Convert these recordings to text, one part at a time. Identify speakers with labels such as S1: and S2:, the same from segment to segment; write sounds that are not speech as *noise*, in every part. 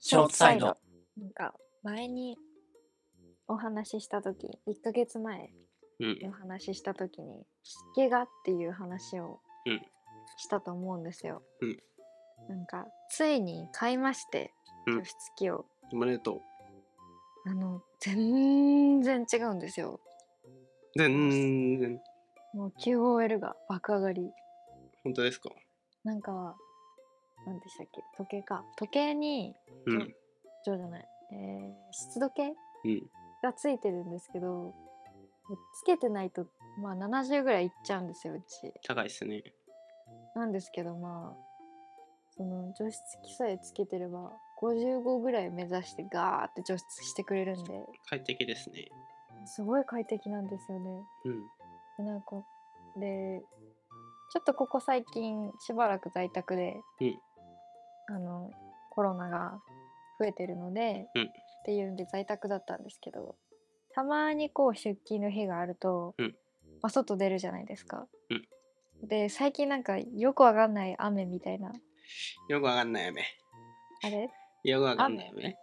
S1: ショートサイド。
S2: なんか前にお話しした時1ヶ月前
S1: うん
S2: にお話しした時に湿気がっていう話を
S1: うん
S2: したと思うんですよ。
S1: うん
S2: なんかついに買いまして
S1: うん
S2: 除湿器を、
S1: おめでとう。
S2: あの全然違うんですよ。
S1: 全然、
S2: もう QOL が爆上がり。
S1: 本当ですか
S2: なんか何でしたっけ時計か時計に
S1: うん。
S2: 上じゃない、えー湿度計
S1: うん。
S2: がついてるんですけどつけてないとまあ70ぐらいいっちゃうんですようち
S1: 高いっすね。
S2: なんですけどまあその除湿器さえつけてれば55ぐらい目指してガーって除湿してくれるんで
S1: 快適ですね。
S2: すごい快適なんですよね
S1: う
S2: で
S1: ん。
S2: なんかでちょっとここ最近しばらく在宅で、
S1: うん
S2: あのコロナが増えてるので、
S1: うん
S2: っていうんで在宅だったんですけどたまにこう出勤の日があると、
S1: うん
S2: まあ、外出るじゃないですか。
S1: うん
S2: で最近なんかよくわかんない雨みたいな
S1: よくわかんない雨。
S2: あれ
S1: よくわかんない雨。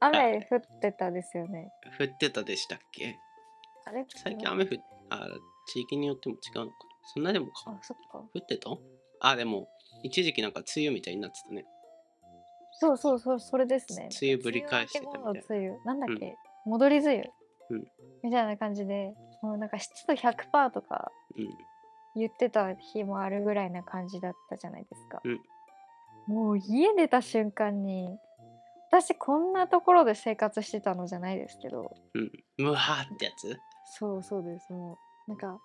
S2: 雨降ってたですよね。
S1: 降ってたでしたっけ
S2: あれ
S1: 最近雨降っあ、地域によっても違うのかな。そんなでもか。
S2: あそっか
S1: 降ってたあ、でも、一時期なんか梅雨みたいになってたね。
S2: そうそうそうそれですね。
S1: 梅雨ぶり返してたみ
S2: 梅
S1: たい
S2: 雨明け
S1: な
S2: 後の梅雨なんだっけ、
S1: う
S2: 戻り梅雨、
S1: うん
S2: みたいな感じでもうなんか湿度100%とか
S1: うん。
S2: 言ってた日もあるぐらいな感じだったじゃないですか。
S1: うん
S2: もう家出た瞬間に私こんなところで生活してたのじゃないですけど
S1: むわーってやつ
S2: そうそうですもうなんか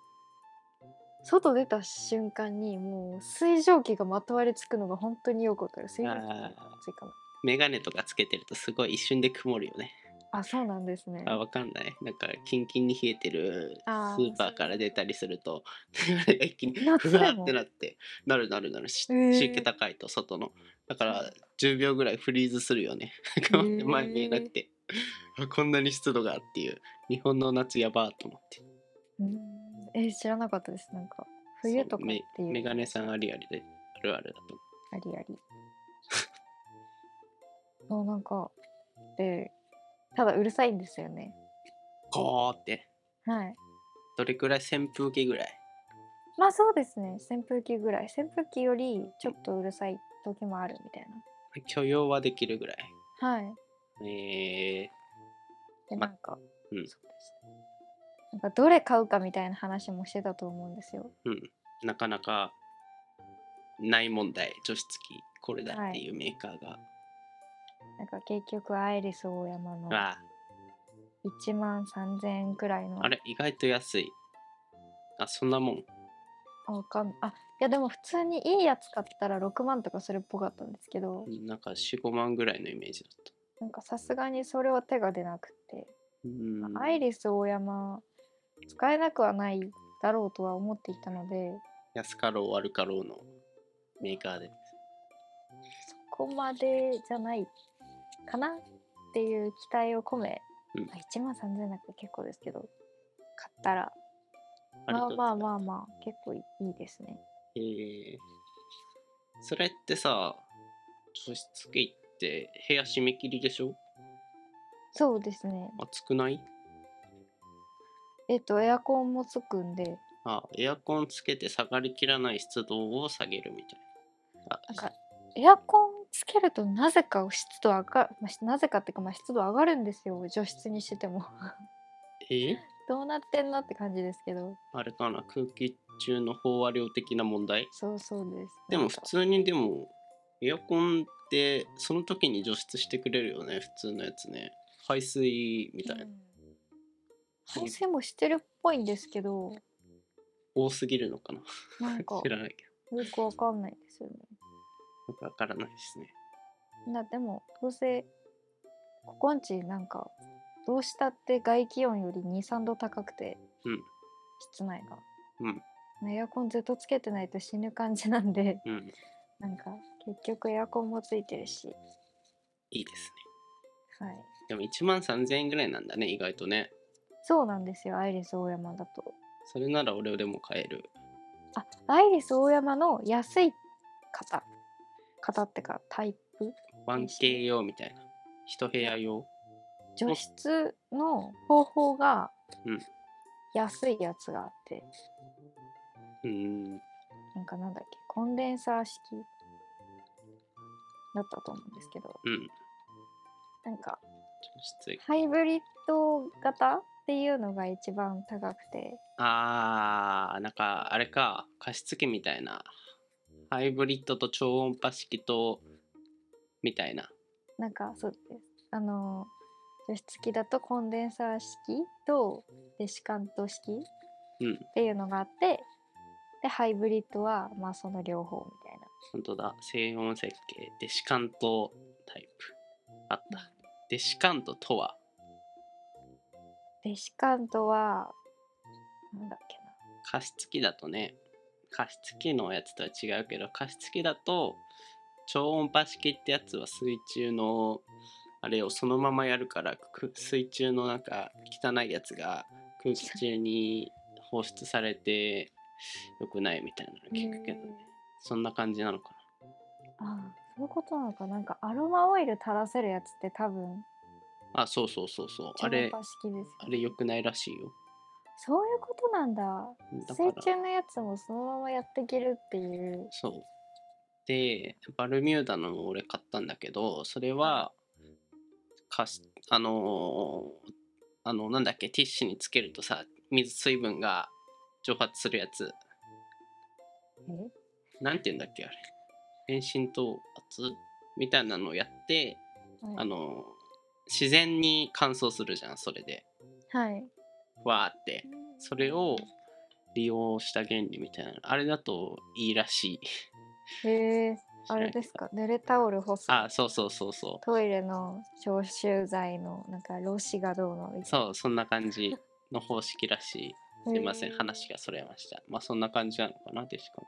S2: 外出た瞬間にもう水蒸気がまとわりつくのが本当によくわかる水蒸気っていうのが熱いかも
S1: メガネとかつけてるとすごい一瞬で曇るよね。
S2: あそうなんですね
S1: あ、わかんない。なんか、キンキンに冷えてるス
S2: あー
S1: ーパーから出たりすると、 *laughs* あれが一気に、ふ
S2: *laughs*
S1: わ
S2: 夏でも
S1: ーってなって、なるなるなるし、
S2: えー
S1: 湿気高いと外の。だから、10秒ぐらいフリーズするよね。 *laughs*
S2: ー
S1: 前見えなくて。あこんなに湿度がっていう。日本の夏やばーと思って。
S2: うんえ知らなかったですなんか冬とかってい
S1: そ
S2: うう
S1: メメガネさんありありで、あるあるだと思
S2: ありあり *laughs* そうなんかでただうるさいんですよね
S1: う。こーって。
S2: はい
S1: どれくらい扇風機ぐらい
S2: まあそうですね扇風機ぐらい扇風機よりちょっとうるさい時もあるみたい
S1: 許容はできるぐらい。
S2: なはい
S1: え
S2: でな
S1: ま
S2: んか、
S1: うん
S2: そうですなんかどれ買うかみたいな話もしてたと思うんですよ
S1: ー、なかなかない問題、除湿機、これだっていうメーカーが。
S2: なんか結局アイリスオーヤマの
S1: わ
S2: 1万3000円くらい
S1: あ
S2: の
S1: あれ、意外と安い。あ、そんなもん。
S2: あわかんあいやでも普通にいいやつ買ったら6万とかするっぽかったんですけど、
S1: なんか4、5万ぐらいのイメージだった。
S2: なんかさすがにそれは手が出なくて、
S1: うーん
S2: アイリスオーヤマ使えなくはないだろうとは思っていたので
S1: 安かろう悪かろうのメーカーで。
S2: そこまでじゃないかなっていう期待を込め、
S1: うん
S2: まあ1万3000円なんか結構ですけど買ったら
S1: 割
S2: まあ
S1: と
S2: まあまあまあ結構いいですね
S1: えー、それってさ、除湿機って部屋締め切りでしょ
S2: そうですね
S1: 暑くない
S2: えっとエアコンもつくんで
S1: あ、エアコンつけて下がりきらない湿度を下げるみたいな。あ
S2: なんかエアコンつけるとなぜか湿度上がまあしなぜかっていうかまあ湿度上がるんですよ除湿にしてても *laughs*
S1: えー
S2: どうなってんのって感じですけど
S1: あれかな空気中の飽和量的な問題
S2: そうそうです。
S1: で
S2: なん
S1: も
S2: か
S1: 普通にでもエアコンってその時に除湿してくれるよね普通のやつね排水みたいな、
S2: うん配信もしてるっぽいんですけど、
S1: *laughs* 多すぎるのかな
S2: なんか
S1: 知らないけ
S2: よくわかんないですよね。
S1: どよくわからないですね
S2: なでもどうせここんちなんかどうしたって外気温より23度高くて、
S1: うん
S2: 室内が、
S1: うん
S2: エアコンずっとつけてないと死ぬ感じなんで
S1: うん
S2: なんか結局エアコンもついてるし、
S1: いいですね
S2: はい、
S1: でも1万3000円ぐらいなんだね意外とね
S2: そうなんですよアイリスオーヤマだと。
S1: それなら俺でも買える
S2: あアイリスオーヤマの安い型型ってかタイプ
S1: 1K 用みたいな一部屋用
S2: 除湿の方法が
S1: うん
S2: 安いやつがあって、
S1: うーん
S2: なんかなんだっけコンデンサー式だったと思うんですけど
S1: うん
S2: なんか
S1: 除湿
S2: ハイブリッド型っていうのが一番高くて
S1: あーなんかあれか加湿器みたいなハイブリッドと超音波式とみたいな
S2: なんかそうですあの除湿器だとコンデンサー式とデシカント式っ
S1: うん
S2: ていうのがあってでハイブリッドはまあその両方みたいな
S1: 本当だ静音設計デシカントタイプあったデシカントとは
S2: デシカントはなんだっけな
S1: 加湿器だとね加湿器のやつとは違うけど加湿器だと超音波式ってやつは水中のあれをそのままやるからく水中のなんか汚いやつが空気中に放出されて良くないみたいなの聞くけどね、
S2: うん
S1: そんな感じなのか
S2: ああそういうことなのかなんかアロマオイル垂らせるやつって多分
S1: なあそうそうそうそう
S2: 超
S1: あ
S2: 音波
S1: れ
S2: 式ですよね
S1: あれ良くないらしいよ
S2: そういうことなんだ
S1: だから
S2: 水中のやつもそのままやっていけるっていう
S1: そう。で、バルミューダの俺買ったんだけど、それは、かしあのーあの、なんだっけ、ティッシュにつけるとさ、水、水分が蒸発するやつ。
S2: え
S1: なんて言うんだっけ、あれ。遠心凍圧みたいなのをやって、
S2: はい
S1: あのー自然に乾燥するじゃん、それで。
S2: はい
S1: わーって。それを利用した原理みたいな。あれだといいらしい。
S2: へえあれですか濡れタオル干す
S1: あ、そうそうそうそう。
S2: トイレの消臭剤のなんかロシがどうのみたい
S1: そう、そんな感じの方式らしい。
S2: な
S1: すいませ
S2: へ
S1: ん、
S2: え
S1: 話がそれました。まあ、そんな感じなのかな、でしかも。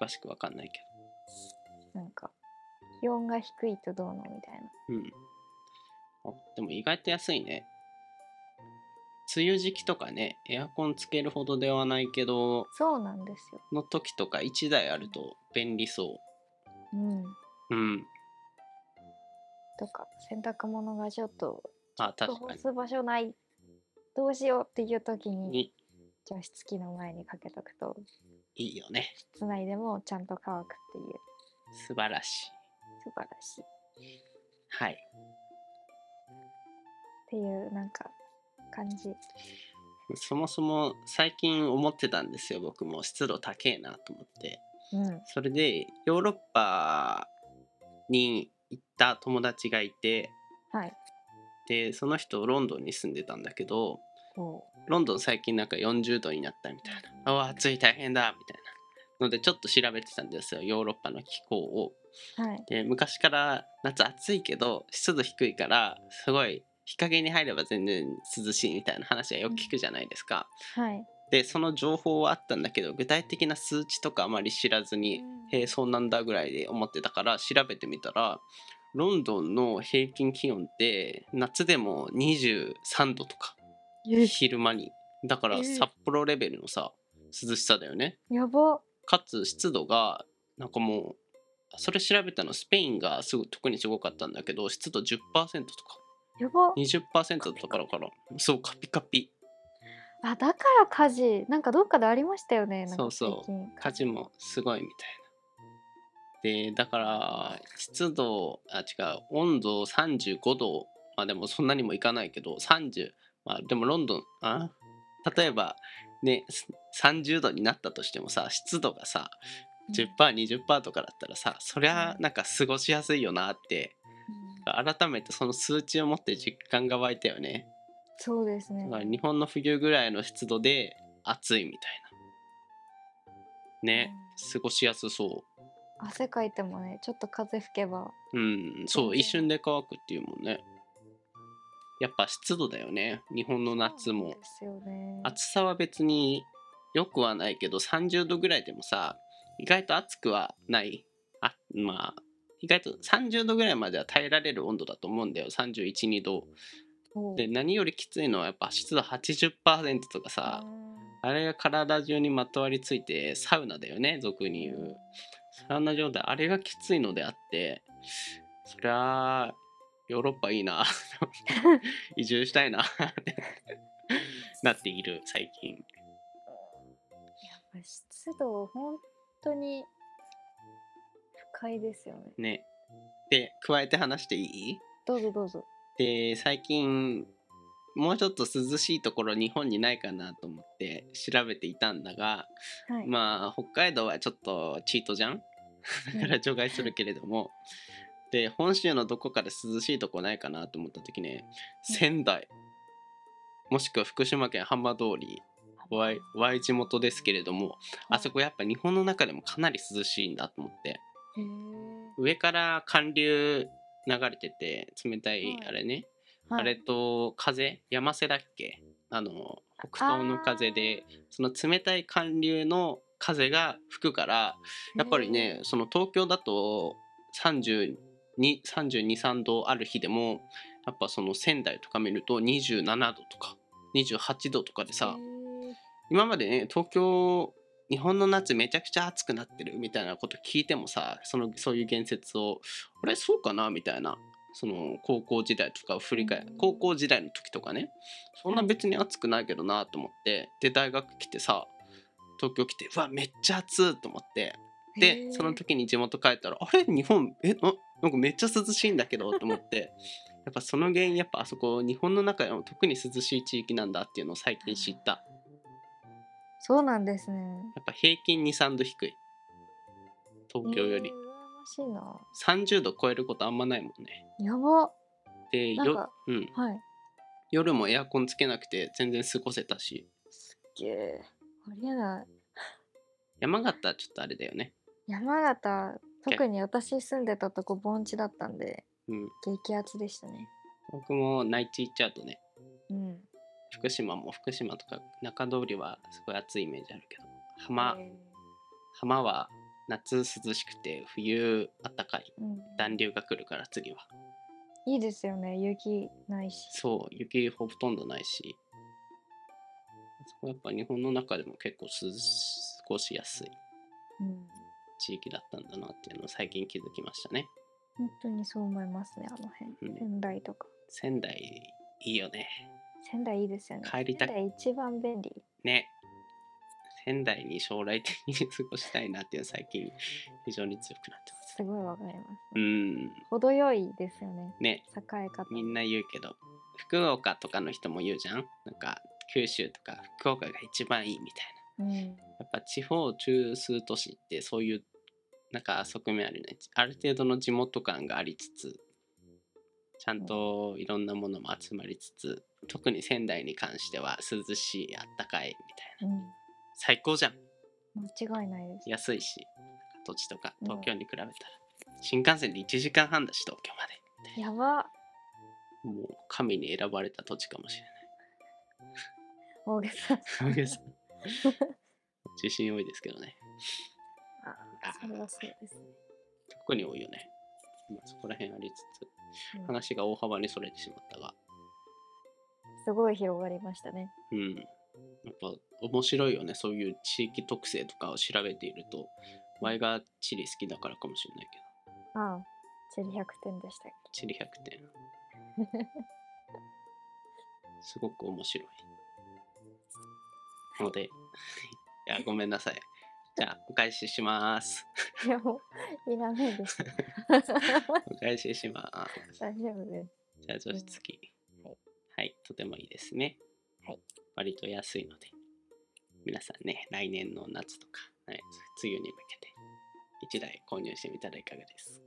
S1: 詳しくわかんないけ
S2: なんか気温が低いとどうのみたいな
S1: ど。うん。あでも意外と安いね。梅雨時期とかね、エアコンつけるほどではないけど、
S2: そうなんですよ
S1: の時とか1台あると便利そ
S2: うん
S1: う。うん。
S2: とか洗濯物がちょっと
S1: あ、確か
S2: 干
S1: に。
S2: す場所ないどうしようっていう時に
S1: に
S2: 除湿機の前にかけとくと
S1: いいよね。
S2: 室内でもちゃんと乾くっていう
S1: 素晴らしい。
S2: 素晴らしいっ
S1: はい。
S2: ていうなんか感じ
S1: そもそも最近思ってたんですよ、僕も。湿度高えなと思って。
S2: うん
S1: それでヨーロッパに行った友達がいて
S2: はい
S1: でその人ロンドンに住んでたんだけど
S2: こ
S1: ロンドン最近なんか40度になったみたいなあー暑い大変だみたいなのでちょっと調べてたんですよヨーロッパの気候を。
S2: うはい
S1: で昔から夏暑いけど湿度低いからすごい日陰に入れば全然涼しいみたいな話はよく聞くじゃないですか。
S2: はい
S1: でその情報はあったんだけど具体的な数値とかあまり知らずにへえそうなんだぐらいで思ってたから調べてみたらロンドンの平均気温って夏でも23度とか
S2: え
S1: 昼間にだから
S2: え
S1: 札幌レベルのさ涼しさだよね
S2: やば
S1: かつ湿度がなんかもうそれ調べたのスペインがすごい特にすごかったんだけど湿度10%とか
S2: やば
S1: 20%とかだからそうカピカピ
S2: あだから火事なんかどっかでありましたよねなんか
S1: そうそ
S2: 最
S1: う
S2: 近
S1: 家事もすごいみたいな。でだから湿度あ違う温度35度まあでもそんなにもいかないけど30まあでもロンドンあ例えばねす30度になったとしてもさ湿度がさ 10%20% とかだったらさそりゃなんか過ごしやすいよなって
S2: うん
S1: 改めてその数値を持って実感が湧いたよね。
S2: そうですね
S1: だから日本の冬ぐらいの湿度で暑いみたいな。ね、過ごしやすそ
S2: 汗かいてもねちょっと風吹けば
S1: う。うん、そ
S2: 全
S1: う、
S2: 然
S1: 一瞬で乾くっていうもんね。やっぱ湿度だよね、日本の夏
S2: そう
S1: も
S2: で。すよね
S1: 暑さは別によくはないけど、30度ぐらいでもさ、意外と暑くはない。あまあ、意外と30度ぐらいまでは耐えられる温度だと思うんだよ、31、2度。
S2: そう
S1: で、何よりきついのはやっぱ湿度80%とかさ、
S2: うん
S1: あれが体中にまとわりついてサウナだよね俗に言うサウナ状態あれがきついのであってそりゃあヨーロッパいいな *laughs* 移住したいな *laughs* ってなっている最近
S2: やっぱ湿度本当に不快ですよね。
S1: ねで加えて話していい
S2: どうぞどうぞ。
S1: で最近もうちょっと涼しいところ日本にないかなと思って調べていたんだが、
S2: はい。
S1: まあ北海道はちょっとチートじゃん *laughs* だから除外するけれどもで本州のどこかで涼しいとこないかなと思った時ね
S2: うん
S1: 仙台もしくは福島県浜通り Y, Y 地元ですけれどもあそこやっぱ日本の中でもかなり涼しいんだと思って
S2: へえ。
S1: 上から寒流流れてて冷たい
S2: はい
S1: あれね、
S2: はい
S1: あれと風山瀬だっけあの北東の風でその冷たい寒流の風が吹くからやっぱりね、その東京だと3 2 3 2 3度ある日でもやっぱその仙台とか見ると27度とか28度とかで
S2: へえ
S1: さ、今までね東京日本の夏めちゃくちゃ暑くなってるみたいなこと聞いてもさそのそういう言説をあれそうかなみたいなその高校時代とかを振り返
S2: うん
S1: 高校時代の時とかねそんな別に暑くないけどなと思ってで大学来てさ東京来てうわめっちゃ暑いと思って
S2: へ
S1: で
S2: え
S1: その時に地元帰ったらあれ日本えななんかめっちゃ涼しいんだけどと思ってやっぱその原因やっぱあそこ日本の中でも特に涼しい地域なんだっていうのを最近知った。
S2: そうなんですね。
S1: やっぱ平均23度低い東京より
S2: えー羨ましいな。
S1: 30度超えることあんまないもんね
S2: やば。
S1: で
S2: なん
S1: よ
S2: か、
S1: うん、
S2: はい。
S1: 夜もエアコンつけなくて全然過ごせたし
S2: すっげえ。ありえない。
S1: 山形はちょっとあれだよね
S2: 山形、特に私住んでたとこ盆地だったんで、
S1: うん
S2: 激アツでしたね。
S1: 僕も内地行っちゃうとね
S2: うん。
S1: 福島も福島とか中通りはすごい暑いイメージあるけど浜
S2: え
S1: 浜は夏涼しくて冬暖かい
S2: ーうん
S1: 暖流が来るから次はい
S2: いですよね。雪ないし。
S1: そう雪ほとんどないしそこやっぱ日本の中でも結構涼し過ごしやすい
S2: うん。
S1: 地域だったんだなっていうのを最近気づきましたね。
S2: 本当にそう思いますね。あの辺。
S1: うん、
S2: 仙台とか。
S1: 仙台いいよね。
S2: 仙台いいですよね。
S1: 帰りたく
S2: 仙台一番便利。
S1: ね。仙台に将来的に過ごしたいなっていうの最近非常に強くなってます。
S2: すごいわかります。
S1: うん。
S2: 程よいですよね。
S1: ね。
S2: 栄え方。
S1: みんな言うけど、福岡とかの人も言うじゃん。なんか九州とか福岡が一番いいみたい
S2: うん。
S1: な。やっぱ地方中枢都市ってそういうなんか側面あるよね。ある程度の地元感がありつつ、ちゃんといろんなものも集まりつつ、特に仙台に関しては涼しい、あったかいみたいな。
S2: う
S1: 最高じゃん。
S2: ん。間違いないです。
S1: 安いし、土地とか
S2: うん
S1: 東京に比べたら。新幹線で1時間半だし、東京ま
S2: やば。
S1: で。もう神に選ばれた土地かもしれない。
S2: 大げさ。 *laughs*
S1: 大げさ地震多いですけどね。
S2: あ、それはそうですね。
S1: 特に多いよね。まあ、そこら辺ありつ
S2: うん
S1: つ、話が大幅にそれてしまったが。
S2: すごい広がりましたね。
S1: うん。やっぱ面白いよね。そういう地域特性とかを調べていると。ワイがチリ好きだからかもしれないけど。
S2: ああ、チェリ100点でしたっ
S1: チリ100点。すごく面白い。ので、いや、ごめんなさい。じゃあ、お返しします。
S2: け。い *laughs* や、もう、いらないです。
S1: *laughs* お返しします。
S2: 大丈夫です。
S1: じゃあ、除湿機
S2: はい。
S1: はい、とてもいいですね。
S2: はい。
S1: 割と安いので、皆さんね、来年の夏とか、はい、梅雨に向けて、1台購入してみたらいかがです